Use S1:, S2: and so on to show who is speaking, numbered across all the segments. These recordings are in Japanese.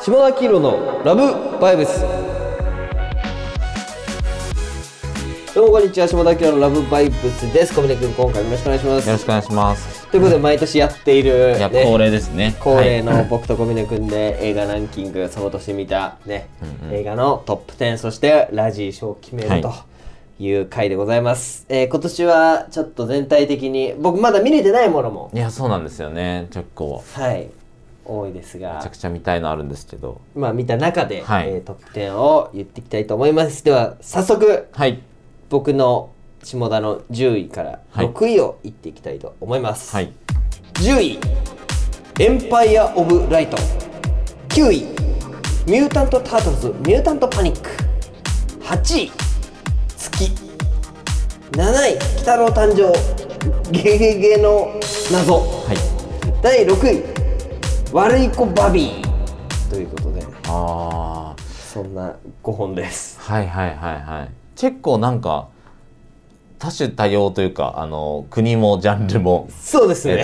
S1: 島田明宏のラブバイブスどうもこんにちは島田明宏のラブバイブスです小峰君今回もよろしくお願いします
S2: よろしくお願いします。
S1: ということで毎年やっている、
S2: いや、
S1: ね
S2: 恒例ですね。
S1: 恒例
S2: はい
S1: の 僕と小峰君で映画ランキングその年見たね、
S2: うんうん
S1: 映画のトップ10そしてラジー賞を決めると
S2: は
S1: いう回でございます、えー今年はちょっと全体的に僕まだ見れてないものも
S2: いや、そうなんですよね。結構、
S1: はい多いです
S2: めちゃ
S1: が
S2: くちゃ見たいのあるんですけど。
S1: まあ見た中で、
S2: はい
S1: えートップ10を言っていきたいと思いますでは早速
S2: はい。
S1: 僕の下田の10位から
S2: はい
S1: 6位を言っていきたいと思います、
S2: はい。
S1: 10位エンパイア・オブ・ライト9位ミュータント・タートルズ・ミュータント・パニック8位月7位鬼太郎誕生ゲゲゲの謎
S2: はい。
S1: 第6位悪い子バビーということで
S2: あ
S1: そんな5本です
S2: ー。はいはいはいはい。結構なんか、多種多様というか、あの、国もジャンルも、
S1: そうですね、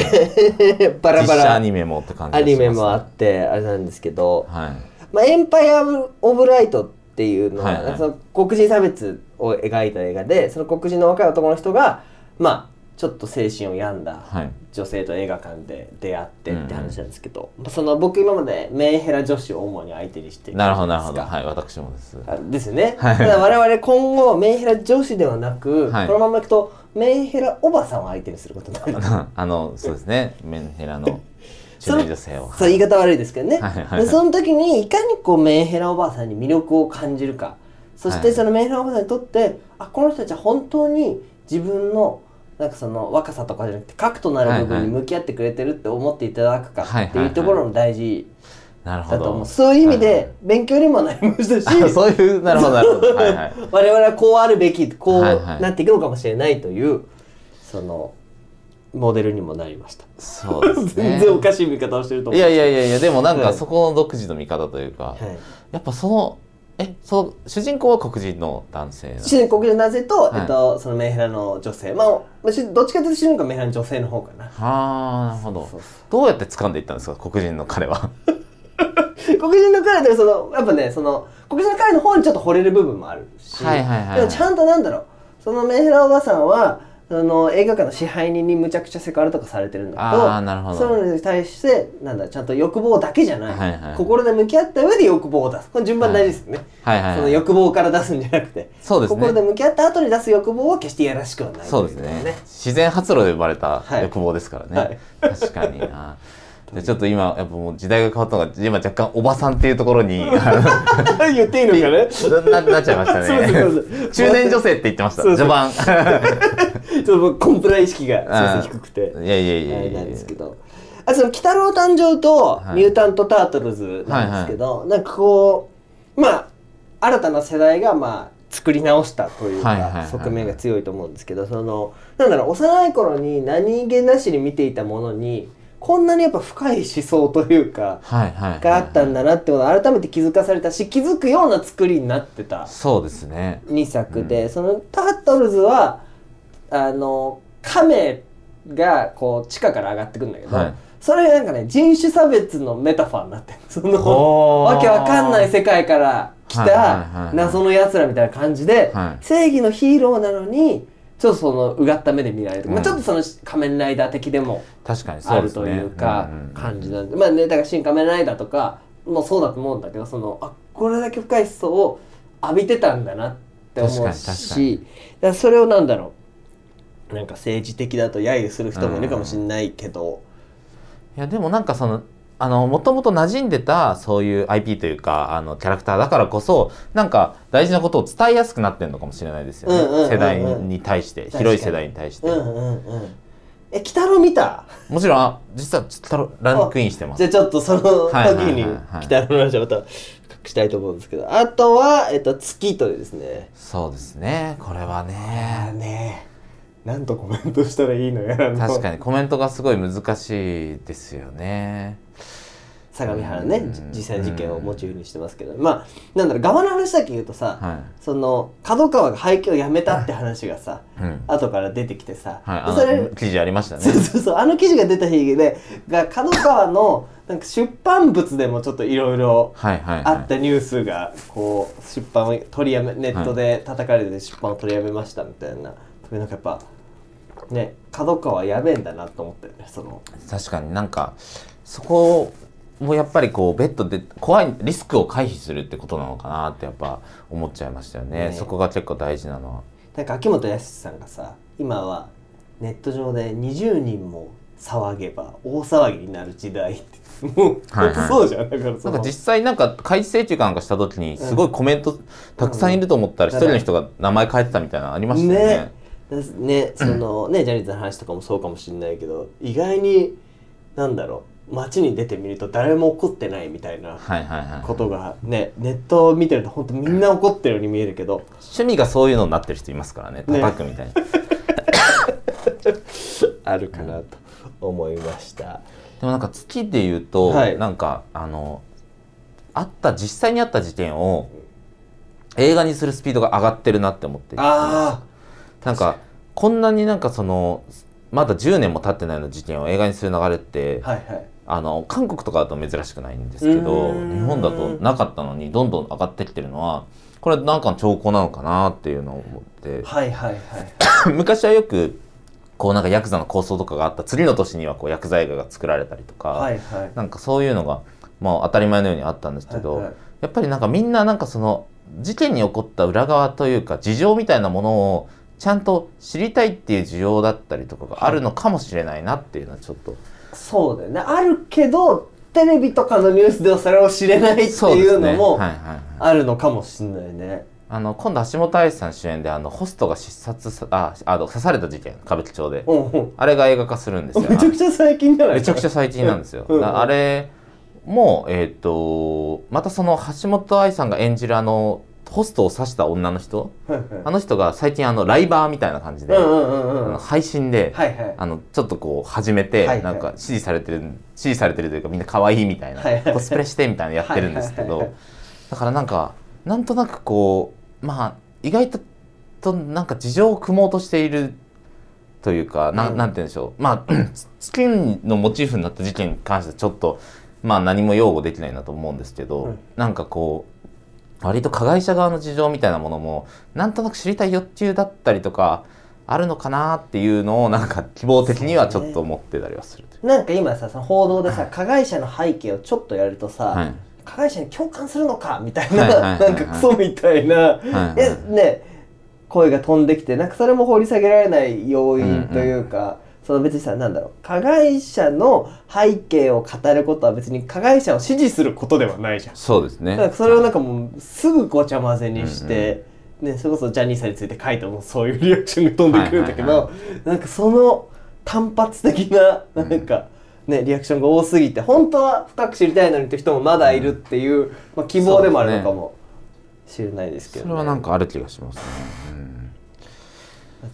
S1: バラ
S2: 実
S1: バ
S2: 写
S1: ラ
S2: アニメもって感じ
S1: ア
S2: がします
S1: ニメもあってあれなんですけど、
S2: はい。
S1: まあ、エンパイア・オブ・ライトっていうのは、
S2: はいはい
S1: その黒人差別を描いた映画でその黒人の若い男の人がまあちょっと精神を病んだ
S2: はい。
S1: 女性と映画館で出会ってって
S2: うんうん
S1: 話なんですけど、まあその僕今までメンヘラ女子を主に相手にしてきた
S2: なるほどなる
S1: じゃい
S2: ほ
S1: です
S2: ど。
S1: か
S2: はい、私もです。
S1: あですよね、
S2: はい
S1: ただ我々今後メンヘラ女子ではなく、
S2: はい
S1: このままいくとメンヘラおばさんを相手にすることになる
S2: あの、そうですね。メンヘラの中 年女性を。
S1: そう言い方悪いですけどね、
S2: はいはいはい
S1: でその時にいかにこうメンヘラおばあさんに魅力を感じるかそし
S2: は
S1: て
S2: い
S1: そのメンヘラおばあさんにとって、あこの人たちは本当に自分のなんかその若さとかじゃなくて核となる部分に向き合ってくれてるって思っていただくか
S2: はいはい
S1: っていうところも大事
S2: なるほ
S1: だと思う
S2: ど。
S1: そういう意味
S2: はいはい
S1: で勉強にもなりましたし、
S2: あそういう、なるほどなるほど。はいはい。
S1: 我々はこうあるべきこう
S2: はいはい
S1: なっていくのかもしれないというそのモデルにもなりました、
S2: そうですね
S1: 全。然おかしい見方をしてると思う
S2: いやいやいやいやでもなん
S1: は
S2: か
S1: い
S2: そこの独自の見方というか、
S1: はい
S2: やっぱそのえその主人公は黒人の男性な
S1: 主人公の男性と、
S2: はい
S1: えっと、そのメンヘラの女性まあまあしどっちかというと主人公はメンヘラの女性の方かな
S2: はあなるほど
S1: そうそ
S2: どうやって掴んでいったんですか黒人の彼は
S1: 黒人の彼でもそのやっぱねその黒人の彼の方にちょっと惚れる部分もあるし、
S2: はいはいはい
S1: でもちゃんとなんだろうそのメンヘラおばさんはその映画館の支配人にむちゃくちゃセクハラとかされてるんだけど
S2: あーなるほど
S1: そういうのに対してなんだちゃんと欲望だけじゃない、
S2: はいはい
S1: 心で向き合った上で欲望を出すこの順番大事ですよね、
S2: はいはい
S1: その欲望から出すんじゃなくて
S2: そうですね
S1: 心で向き合った後に出す欲望は決していやらしくはない
S2: そうです
S1: といこ
S2: ね
S1: と
S2: 自然発露で生まれた
S1: はい
S2: 欲望ですからね、
S1: はい
S2: 確かになでちょっと今やっぱもう時代が変わったのが今若干おばさんっていうところにあ
S1: 言っていいのか ね
S2: のなななっちゃいました
S1: そうですそう
S2: ね
S1: です
S2: 中年女性って言ってました
S1: そうそう
S2: 序盤
S1: ちょっと僕コンプラ意識が
S2: あー
S1: すいません低 くて
S2: いやい
S1: あ
S2: やいや
S1: れ
S2: いや
S1: なん
S2: い
S1: で
S2: や
S1: すけどあその「鬼太郎誕生」と「
S2: はい
S1: ミュータント・タートルズ」なんですけど、なんかこうまあ新たな世代がまあ作り直したというか、
S2: はいはいはいはい
S1: 側面が強いと思うんですけどそのなんだろう幼い頃に何気なしに見ていたものにこんなにやっぱ深い思想というか
S2: はいはいはい
S1: があったんだなってことを改めて気づかされたし気づくような作りになってた
S2: そうですね
S1: 2作で、そのタートルズはあの亀がこう地下から上がってくんだけど、
S2: はい
S1: それがなんかね人種差別のメタファーになってるその
S2: おー
S1: わけわかんない世界から来
S2: はいはいはいは
S1: た
S2: い
S1: 謎のやつらみたいな感じで、
S2: はい
S1: 正義のヒーローなのにちょっとそのうがった目で見られる、ま
S2: う
S1: あ、
S2: ん
S1: ちょっとその仮面ライダー的でも
S2: 確かにそ
S1: あ
S2: うで
S1: る
S2: す
S1: と
S2: ね
S1: いうか
S2: うんうん
S1: 感じなんでまあねだから「新仮面ライダー」とかもそうだと思うんだけどそのあこれだけ深い思想を浴びてたんだなって思う
S2: 確かに確かに
S1: しだからそれをなんだろうなんか政治的だと揶揄する人もいるかもしれないけど、
S2: いやでもなんかそのあのもともと馴染んでたそういう IP というかあのキャラクターだからこそなんか大事なことを伝えやすくなってるのかもしれないですよね、
S1: うんうんうんうん
S2: 世代に対して
S1: 確かに
S2: 広い世代に対して、
S1: うん、うんうんえ鬼太郎見た
S2: もちろんあ実はちょっとランクインしてます
S1: じゃあちょっとその時
S2: はいはいはい
S1: に鬼太郎の話をまたしたいと思うんですけどあとは、えっと、月というですね
S2: そうですねこれは
S1: ああ
S2: ね
S1: ねなんとコメントしたらいいのやらの
S2: 確かにコメントがすごい難しいですよね
S1: 相模原ね、
S2: うん
S1: じ実際の事件をモチーフにしてますけど、まあなんだろう側の話だけ言うとさ、
S2: は
S1: その角川が廃墟をやめたって話がさ、
S2: い、うん
S1: 後から出てきてさ、
S2: はい、
S1: でそ
S2: あ
S1: れ
S2: の記事ありましたね
S1: そうそうそうあの記事が出た日でが角川のなんか出版物でもちょっといろいろ
S2: はいはいはい
S1: あったニュースがこう出版を取りやめネットで叩かれて出版を取りやめましたみたいな時なんかやっぱね角川やべえんだなと思ったよねその
S2: 確かになんかそこもやっぱりこうベッドで怖いリスクを回避するってことなのかなってやっぱ思っちゃいましたよね
S1: ね
S2: そこが結構大事なのは
S1: なんか秋元康さんがさ今はネット上で20人も騒げば大騒ぎになる時代ってもう、
S2: はいはい
S1: 本当そうじゃんだから
S2: な
S1: そ
S2: ん
S1: の
S2: か実際なんか開示請求かなんかした時にすごいコメントたくさんいると思ったら
S1: うん
S2: 一人の人が名前変えてたみたいなのありましたよね
S1: ねねそのねジャニーズの話とかもそうかもしれないけど意外になんだろう街に出てみると誰も怒ってないみたいな
S2: はいはいはい
S1: ことがねネットを見てると本当みんな怒ってるように見えるけど
S2: 趣味がそういうのになってる人いますからね
S1: ね
S2: 叩くみたいな、
S1: あるかなと思いました。
S2: でもなんか月で言うと、
S1: はい
S2: なんかあのあった実際にあった事件を映画にするスピードが上がってるなって思っていて
S1: あ
S2: なんかこんなになんかそのまだ10年も経ってないような事件を映画にする流れって、
S1: あはいはい。
S2: あの韓国とかだと珍しくないんですけ
S1: う
S2: ど
S1: ーん
S2: 日本だとなかったのにどんどん上がってきてるのはこれなんかの兆候なのかなっていうのを思って
S1: はいはいはい。
S2: 昔はよくこうなんかヤクザの構想とかがあった次の年にはこうヤクザ映画が作られたりとか、
S1: はいはい。
S2: なんかそういうのが、まあ、当たり前のようにあったんですけど、
S1: はいはい
S2: やっぱりなんかみんななんかその事件に起こった裏側というか事情みたいなものをちゃんと知りたいっていう需要だったりとかがあるのかもしれないなっていうのはちょっと、
S1: そうだよね。あるけど、テレビとかのニュースではそれを知れないって
S2: そうで
S1: い
S2: す
S1: う
S2: ね
S1: のも
S2: はいはいはい、
S1: あるのかもしれないね。
S2: あの今度橋本愛さん主演であのホストが失殺さああの刺された事件歌舞伎町で、
S1: うんうん。
S2: あれが映画化するんですよ
S1: めちゃくちゃ最近じゃない
S2: めちゃくちゃ最近なんですよ。
S1: うん
S2: なあれも、えっ、と、またその橋本愛さんが演じるあの、ホストを刺した女の人、
S1: はいはい
S2: あの人が最近あの、ライバーみたいな感じで、
S1: うんうんうん
S2: あ
S1: うん
S2: の
S1: は
S2: 配信で、
S1: いはい
S2: あの、ちょっとこう、始めて、
S1: はいはい
S2: なんか、支持されてる、支持されてるというか、みんな可愛いみたいな、
S1: はいはい
S2: コスプレしてみたいなのやってるんですけ
S1: は
S2: ど、
S1: いはいはい
S2: だからなんか、なんとなくこう、まあ、意外と、となんか事情を組もうとしているというか、な
S1: うん
S2: ん、なんて言うんでしょう。まあ、月のモチーフになった事件に関してはちょっと、まあ何も擁護できないなと思うんですけど、
S1: うん
S2: なんかこう、割と加害者側の事情みたいなものもなんとなく知りたい欲求だったりとかあるのかなっていうの をなんか希望的にはちょっと思ってたりはするという
S1: なんか今さその報道でさ加害者の背景をちょっとやるとさ、
S2: はい
S1: 加害者に共感するのかみたいな、
S2: はいはいはいはい
S1: なんかクソみたいな、
S2: はい
S1: えね声が飛んできてなんかそれも掘り下げられない要因というか、その別にさなんだろう加害者の背景を語ることは別に加害者を支持することではないじゃん。
S2: そうですね
S1: なんかそれをなんかもうすぐごちゃ混ぜにして、ね、それこそジャニーさんについて書いてもそういうリアクションが飛んでくるんだけど、
S2: はいは
S1: なんかその単発的ななんか、ね、リアクションが多すぎて本当は深く知りたいのにって人もまだいるっていう、まあ、希望でもあるのかもしれないですけど、
S2: そ
S1: ね
S2: れはなんかある気がしますね、うん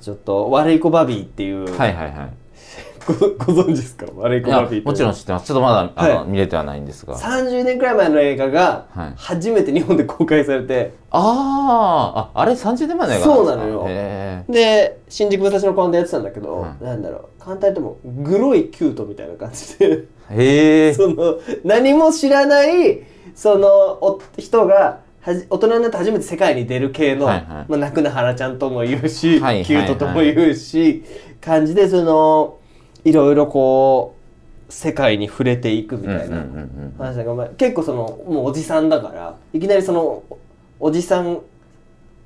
S1: ちょっと「悪い子バビー」っていう、
S2: はいはいはい
S1: ごご存知ですか悪い子
S2: い
S1: バビー
S2: やもちろん
S1: ん
S2: 知ってますちょっとまだあの、
S1: はい
S2: 見れてはないんですがあ
S1: 30年くらい前の映画が
S2: はい
S1: 初めて日本で公開されて、
S2: あーああれ30年前の映画なんですか
S1: そうなのよ
S2: へ
S1: で新宿武蔵野館でやってたんだけど、
S2: うん
S1: なんだろう簡単に言ってもグロいキュートみたいな感じで
S2: ーへー
S1: その何も知らないそのお人がはじ大人になって初めて世界に出る系の、
S2: はいはい
S1: まあ、泣くな原ちゃんとも言うし、
S2: はいはいはい
S1: キュートとも言うし感じでそのいろいろこう世界に触れていくみ
S2: うんうん
S1: たいな。
S2: うんうん
S1: 話だから、まあ結構そのもうおじさんだからいきなりそのおおじさん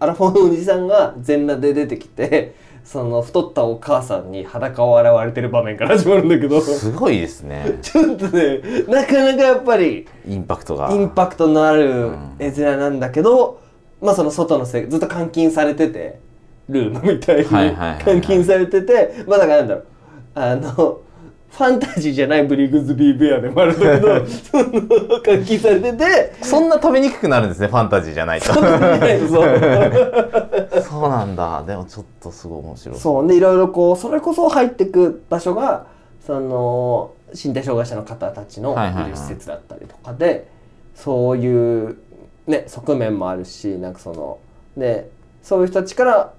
S1: アラフォーのおじさんが全裸で出てきてその太ったお母さんに裸を洗われてる場面から始まるんだけどち
S2: すごいですね
S1: ょっとねなかなかやっぱり
S2: インパクトが
S1: インパクトのある絵面なんだけど、まあその外のせずっと監禁されててルームみたいに
S2: はいはいはいはい
S1: 監禁されててまあだからなんだろうあのファンタジーじゃないブリグズビー・ベアでもあるんだけ どその監禁されてて。
S2: そんな食べにくくなるんですねファンタジーじゃないと
S1: そう
S2: そうなんだ。でもちょっとすごい面白い。
S1: そうでいろいろこうそれこそ入ってく場所がその身体障害者の方たちの
S2: はいはいは
S1: い
S2: い
S1: る施設だったりとかで、そういう、ね、側面もあるしなんかそのでそういう人たちから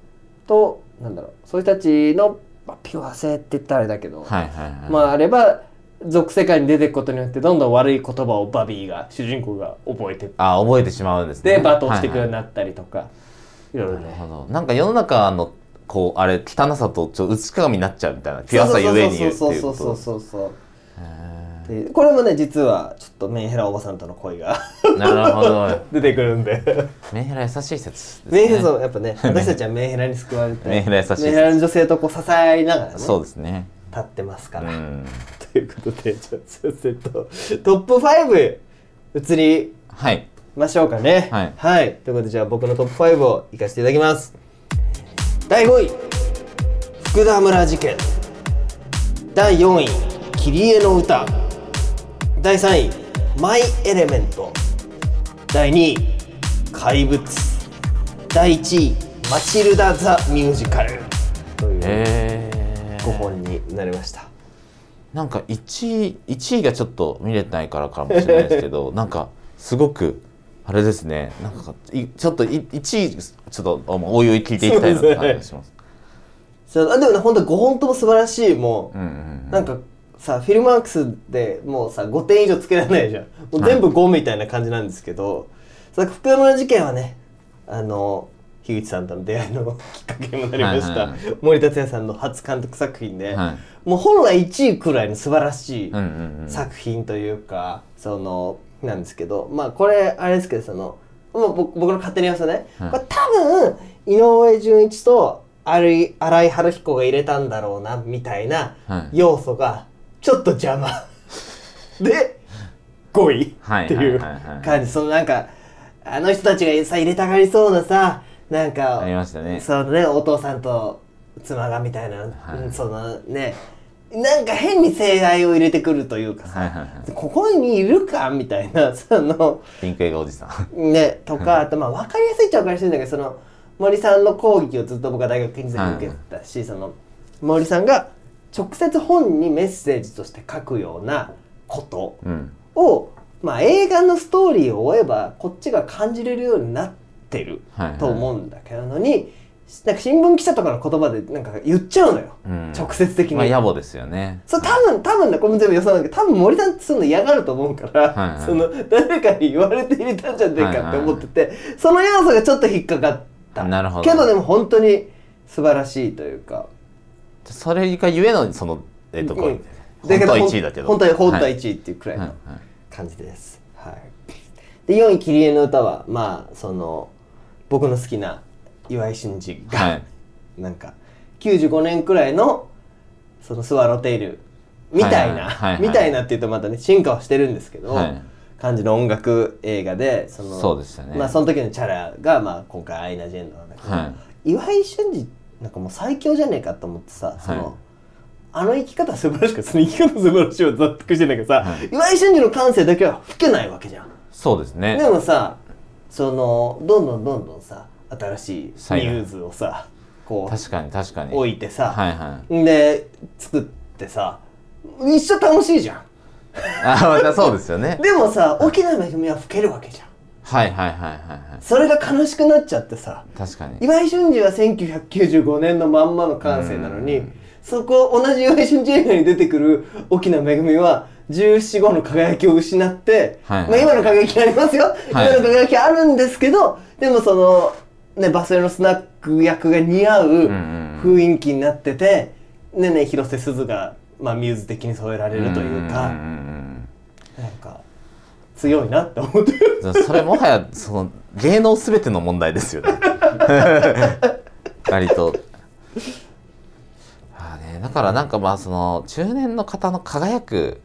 S1: となんだろうそういう人たちの、まあ、ピュア性って言ったらあれだけど、
S2: はいはいはい。
S1: まああれば俗世界に出ていくことによってどんどん悪い言葉をバビーが主人公が覚えてっ
S2: あ、覚えてしまうんですね。
S1: て罵倒していくように
S2: は
S1: なったりとか、い
S2: い
S1: ろい
S2: は
S1: ろ
S2: いなる
S1: ね
S2: ほど。なんか世の中の、こう、あれ、汚さと、ちょっと内鏡になっちゃうみたいな、ピュアさゆえに言うって
S1: そう
S2: いう
S1: そう
S2: こ
S1: そう
S2: と。
S1: そうそう
S2: へー
S1: でこれもね実はちょっとメンヘラおばさんとの恋が
S2: なるほど。
S1: 出てくるんで
S2: メンヘラ優しい説ですね。
S1: メンヘラそうやっぱね私たちはメンヘラに救われて
S2: メンヘラ優しいです
S1: メンヘラの女性とこう支え合いながらね
S2: そう
S1: 立
S2: ですね。
S1: ってますか
S2: う
S1: ら、
S2: ん。
S1: ということでちょっと先生とトップ5移り
S2: はい。
S1: ましょうかね
S2: はい
S1: ということでじゃあ僕のトップ5をいかせていただきます第5位福田村事件第4位切り絵の歌第3位マイ・エレメント第2位怪物第1位マチルダ・ザ・ミュージカルという
S2: え
S1: 5
S2: ー。
S1: 本になりました、
S2: なんか1位、1位がちょっと見れてないからかもしれないです けど、なんか、すごく、あれですね、なんか、いちょっとい1位、ちょっと、おおいおい聞いていきたいなって感じがします。
S1: そうあでもね本当5本とも素晴らしいもう、
S2: うんうんうん。
S1: なんかさフィルマークスでもうさ5点以上つけられないじゃんもう全部5みたいな感じなんですけど、さ福山の事件はねあの樋口さんとの出会いのきっかけにもなりました、
S2: はいはい
S1: 森達也さんの初監督作品で、
S2: は
S1: もう本来1位くらいの素晴らしい
S2: うんうんうん。
S1: 作品というか、そのなんですけどまあこれあれですけどその、まあ、僕僕の勝手な予想ね、
S2: はい
S1: これ多分井上純一と荒井荒井春彦が入れたんだろうなみたいな
S2: はい
S1: 要素がちょっと邪 魔で5位
S2: はい
S1: っていう
S2: はいはいはいはい
S1: 感じそのなんかあの人たちがさ入れたがりそうなさなんか
S2: ありましたね
S1: そのねお父さんと妻がみたいな、
S2: はい
S1: うんそのねなんか変に性愛を入れてくるというかさ、
S2: はいはいはい。
S1: ここにいるかみたいな その
S2: ピンク映画おじ さん。
S1: ねとかあとまあ分かりやすいっちゃ分かりやすいんだけどその森さんの講義をずっと僕は大学院時代に受けてたし、その森さんが直接本にメッセージとして書くようなこと
S2: うん。
S1: を、まあ、映画のストーリーを追えばこっちが感じれるようになってる
S2: はいはい
S1: と思うんだけどのに、なんか新聞記者とかの言葉でなんか言っちゃうのよ、
S2: うん
S1: 直接的に。
S2: まあ、野暮ですよね。
S1: そう多分多分ねこれも全部予想なんだけど多分森さんってそういうの嫌がると思うから、
S2: はいはい
S1: その誰かに言われて入れたんじゃねえかって思ってて、その要素がちょっと引っかかった
S2: なるほど
S1: けどでも本当に素晴らしいというか
S2: それがゆえの、その、えっと、こう
S1: うん
S2: 本当は1位だけど。
S1: 本当は本当は
S2: はい
S1: 1位っていうくらい
S2: はい
S1: の
S2: は
S1: 感じです、はいで4位「キリエの歌は」まあその僕の好きな岩井俊二
S2: い。
S1: が、
S2: はい。
S1: なんか95年くらいのそのスワロテイルみたい
S2: はいはいはい
S1: な
S2: はい
S1: みたいなっていうとまたね進化はしてるんですけど、
S2: はい
S1: 感じの音楽映画でその
S2: そうでしたね
S1: まあ、その時のチャラが、まあ、今回「アイナ・ジ・ェンド」なんだけど、
S2: は
S1: 岩井俊二なんかもう最強じゃねえかと思ってさその、
S2: はい
S1: あの生き方は素晴らしくその生き方は素晴らしいを納得してんだけどさ、
S2: はい
S1: 岩井俊二の感性だけは吹けないわけじゃん。
S2: そうですね。
S1: でもさそのどんどんどんどんさ新しいニ
S2: 才能
S1: ューズをさこ
S2: 確かに確かに。
S1: う置いてさ、
S2: はいはい。
S1: で作ってさ一緒楽しいじゃ
S2: あ、またそうですよね
S1: ん。でもさ沖縄恵みは老けるわけじゃん
S2: はいはいはいはいはい。
S1: それが悲しくなっちゃってさ
S2: 確かに。
S1: 岩井俊二は1995年のまんまの感性なのにそこ同じ岩井俊二映画に出てくる沖縄恵みは14、5の輝きを失って、
S2: はいはい
S1: まあ、今の輝きありますよ、
S2: はい
S1: 今の輝きあるんですけどでもその、ね、バスへのスナック役が似合う
S2: うんうん
S1: 雰囲気になってて、ねね広瀬すずが、まあ、ミューズ的に添えられるというか、
S2: んんうん
S1: なんか強いなって思ってる。
S2: うんそれもはや、その、芸能すべての問題ですよね。割と。あーね、だからなんかまあその中年の方の輝く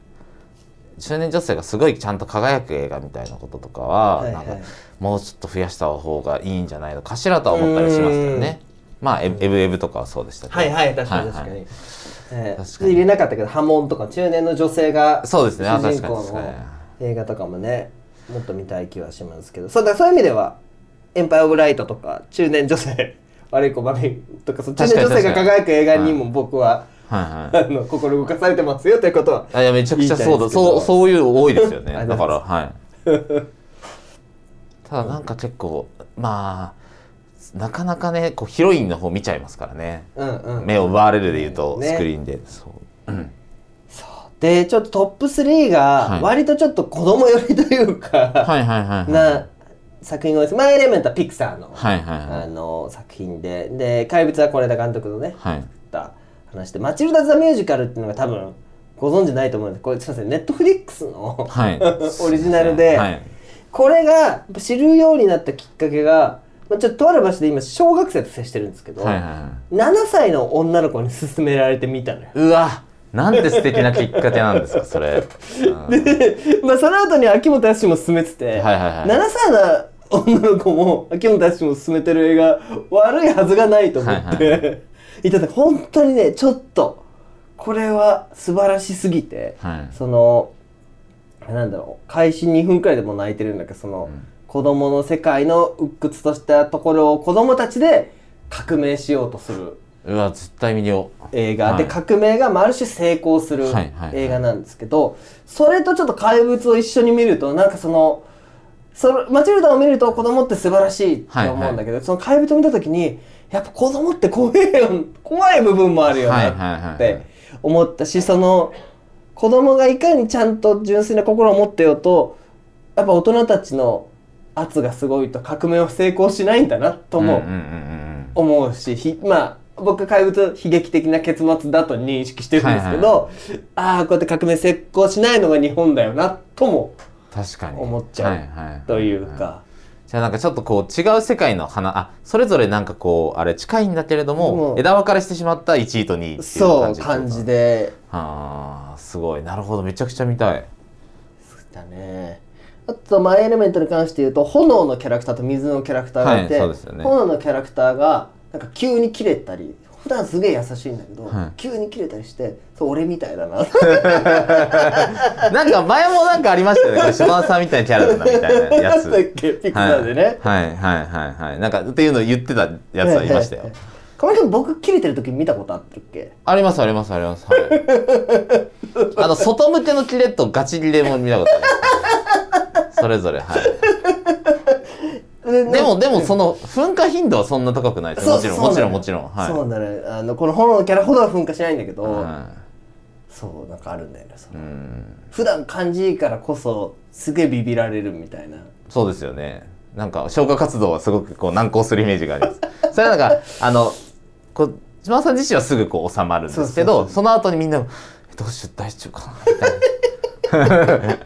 S2: 中年女性がすごいちゃんと輝く映画みたいなこととかは、
S1: はいはい
S2: なんかもうちょっと増やした方がいいんじゃないのかしらとは思ったりしますよね。まあエブエブエブとかはそうでしたけど。
S1: はいはい確かに
S2: は
S1: 確
S2: い
S1: か
S2: はい
S1: に。え
S2: 確
S1: ー
S2: かに
S1: 入れなかったけど波紋とか中年の女性が
S2: そうですねあ
S1: 主人公
S2: 確かに確
S1: の
S2: か
S1: 映画とかもねもっと見たい気はしますけどそうだそういう意味では「エンパイオブライト」とか中年女性 悪い子ばみとかその中
S2: 確か
S1: 年
S2: に
S1: 女性が
S2: 確かに
S1: 輝く映画にも僕は
S2: はいはいはい
S1: あの心動かされてますよということは
S2: あいやめちゃくちゃそ
S1: 言いたい
S2: う
S1: で
S2: だ
S1: すけど
S2: そうそういう多いですよね
S1: あり
S2: だ
S1: がと
S2: か
S1: うござ
S2: らはいただなんか結構まあなかなかねこうヒロインの方見ちゃいますからね
S1: うんうん
S2: 目を奪われるで言うと
S1: ね
S2: スクリーンでそううん
S1: でちょっとトップ3
S2: は
S1: が
S2: い
S1: 割とちょっと子供寄りというか、
S2: はいはいはいはい
S1: な作品が多いです。マイ・エレメントはピクサーの,、
S2: はいはいは
S1: あ
S2: い
S1: の作品でで怪物は是枝監督のね
S2: はい
S1: った話で「マチルダ・ザ・ミュージカル」っていうのが多分ご存知ないと思うんですこれすいませんネットフリックスの、
S2: はい
S1: オリジナルで、
S2: はい
S1: これが知るようになったきっかけが、まあ、ちょっととある場所で今小学生と接してるんですけど、
S2: はいはいは
S1: 7歳の女の子に勧められてみたのよ。
S2: いうわなんて素敵なきっかけなんですかそれ、うん
S1: まあその後に秋元康も勧めてて、
S2: はいはいはい
S1: 7歳の女の子も秋元康も勧めてる映画悪いはずがないと思って、
S2: はい
S1: ただ本当にねちょっとこれは素晴らしすぎて、
S2: はい
S1: そのなんだろう開始2分くらいでもう泣いてるんだけどその、
S2: ん
S1: 子供の世界の鬱屈としたところを子供たちで革命しようとする
S2: うわ絶対見よう
S1: 映画、で
S2: はい
S1: 革命がまあある種成功する
S2: はいはいはい
S1: 映画なんですけど、それとちょっと怪物を一緒に見るとなんかそのそのマチルダを見ると子供って素晴らしいって思うんだけど、その怪物を見た時にやっぱ子供って怖いよ怖い部分もあるよ
S2: はいは
S1: な
S2: いはい
S1: って思ったしその子供がいかにちゃんと純粋な心を持ってようとやっぱ大人たちの圧がすごいと革命は成功しないんだなと思う。
S2: んうんうん
S1: 思うしひまあ僕怪物悲劇的な結末だと認識してるんですけど、ああこうやって革命成功しないのが日本だよなとも
S2: うん確かに
S1: 思っちゃう
S2: はいはいはい
S1: というか、
S2: じゃあなんかちょっとこう違う世界の花あそれぞれなんかこうあれ近いんだけれど
S1: も
S2: も
S1: う
S2: 枝分かれしてしまった1位と2位っていう
S1: そ
S2: 感
S1: う
S2: じ
S1: 感じ
S2: で
S1: で
S2: あーすごいなるほどめちゃくちゃ見たい
S1: したね。あとマイ・エレメントに関して言うと炎のキャラクターと水のキャラクターがいて、
S2: はいそうですよね
S1: 炎のキャラクターがなんか急に切れたり普段すげえ優しいんだけど、
S2: はい
S1: 急に切れたりしてそう俺みたいだ な
S2: なんか前もなんかありましたよねこれ島田さんみたいなキャラだなみたいなやつ
S1: だっけピクサーでね、
S2: はい、はいはいはいはいなんかっていうのを言ってたやつはいましたよ、
S1: ははこの人僕切れてる時見たことあってるっけ
S2: ありますありますあります、はい、 あの外向けのキレとガチキレも見たことありますそれぞれはいでもでもその噴火頻度はそんな高くないです
S1: そう
S2: もちろんもちろんもちろん
S1: そうな
S2: はい
S1: のそうなのあのこの炎のキャラほどは噴火しないんだけど、
S2: は
S1: そうなんかあるんだよねそ
S2: い、う
S1: の
S2: ん
S1: 普段感じいいからこそすげえビビられるみたいな
S2: そうですよねなんか消火活動はすごくこう難航するイメージがあります それはなんかあのこう島田さん自身はすぐこう収まるんですけど
S1: そ
S2: そう
S1: そう
S2: の後にみんなも「どうしよう大丈夫かな」みたいな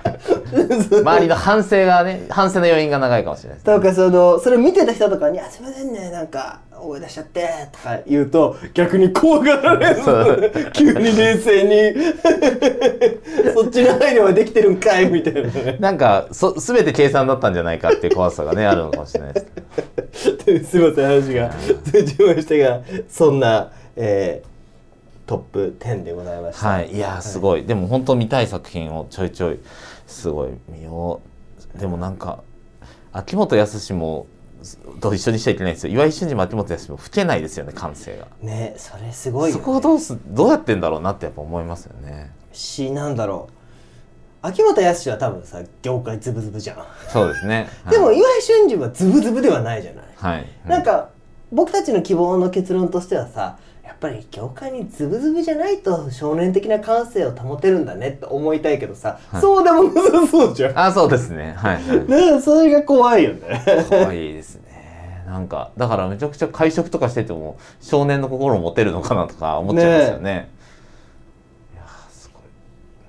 S2: 周りの反省がね反省の余韻が長いかもしれないですね
S1: とかそのそれ見てた人とかに「あすいませんねなんか思い出しちゃって」とか言うと逆に怖がられ
S2: そう
S1: る急に 冷静にそっちの配慮はできてるんかいみたいなね
S2: なんかそ全て計算だったんじゃないかっていう怖さがねあるのかもしれないですね
S1: すいません話が通じましたがそんな、えートップ10でございました、
S2: はいいやーすごい、でも本当見たい作品をちょいちょいすごい見ようでもなんか秋元康もと一緒にしちゃいけないんですよ岩井俊二も秋元康も老けないですよね感性が、
S1: ねそれすごいよ、
S2: そ
S1: ね、
S2: こをどうすどうやってんだろうなってやっぱ思いますよね
S1: しなんだろう秋元康は多分さ業界ズブズブじゃん、
S2: そうですね、はい、
S1: でも岩井俊二はズブズブではないじゃない、
S2: はい、
S1: なんか僕たちの希望の結論としてはさやっぱり業界にズブズブじゃないと少年的な感性を保てるんだねって思いたいけどさ、
S2: はい
S1: そうでもなさそうじゃん
S2: あそうですねはい、はい
S1: ねえそれが怖いよね
S2: 可愛いですね。なんか、だからめちゃくちゃ会食とかしてても、少年の心を持てるのかなとか思っちゃいますよね。いやーすごい。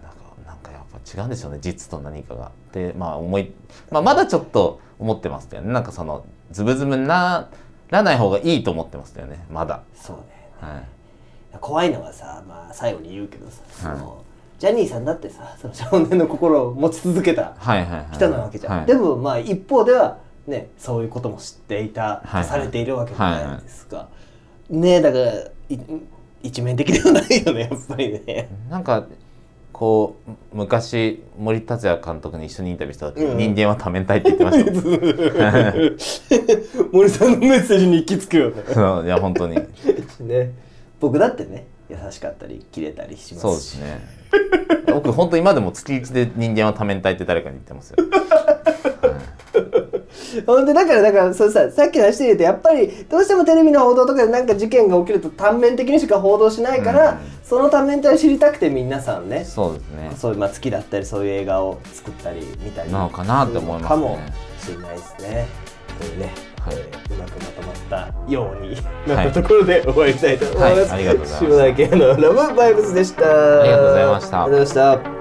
S2: なんか、なんかやっぱ違うんでしょうね、実と何かが。で、まあ思い、まあまだちょっと思ってますよね。なんかその、ズブズブにならない方がいいと思ってますよね、まだ。
S1: そうね
S2: はい。
S1: 怖いのはさ、まあ、最後に言うけどさ、そ
S2: はい
S1: のジャニーさんだってさその少年の心を持ち続けた
S2: はいはいはい。
S1: 人なわけじゃん、
S2: はい
S1: でもまあ一方ではねそういうことも知っていた、
S2: はいはい
S1: されているわけじゃないですか、ねだからい一面的ではないよねやっぱりね
S2: なんかこう昔森達也監督に一緒にインタビューした時、
S1: うん
S2: 人間は多面体って言ってました もん
S1: 森さんのメッセージに行き着くよね
S2: そういや本当に
S1: ね僕だってね優しかったり切れたりしますし
S2: そうですね僕本当今でも月一で人間は多面体って誰かに言ってますよ
S1: ほんでだからだからそうささっきの話で言うとやっぱりどうしてもテレビの報道とかでなんか事件が起きると単面的にしか報道しないから、
S2: うん
S1: その単面体を知りたくて皆さんね
S2: そうですね
S1: そういう、まあ、月だったりそういう映画を作ったり見たり
S2: なのかなって思いますね
S1: かもしれないですね。というね、
S2: はい
S1: えーうまくまとまったように
S2: は
S1: ないったところで終わりたいと思います。
S2: はいありがとうございます
S1: 島田家のラブバイブスでした。
S2: ありがとうございました
S1: ありがとうございました。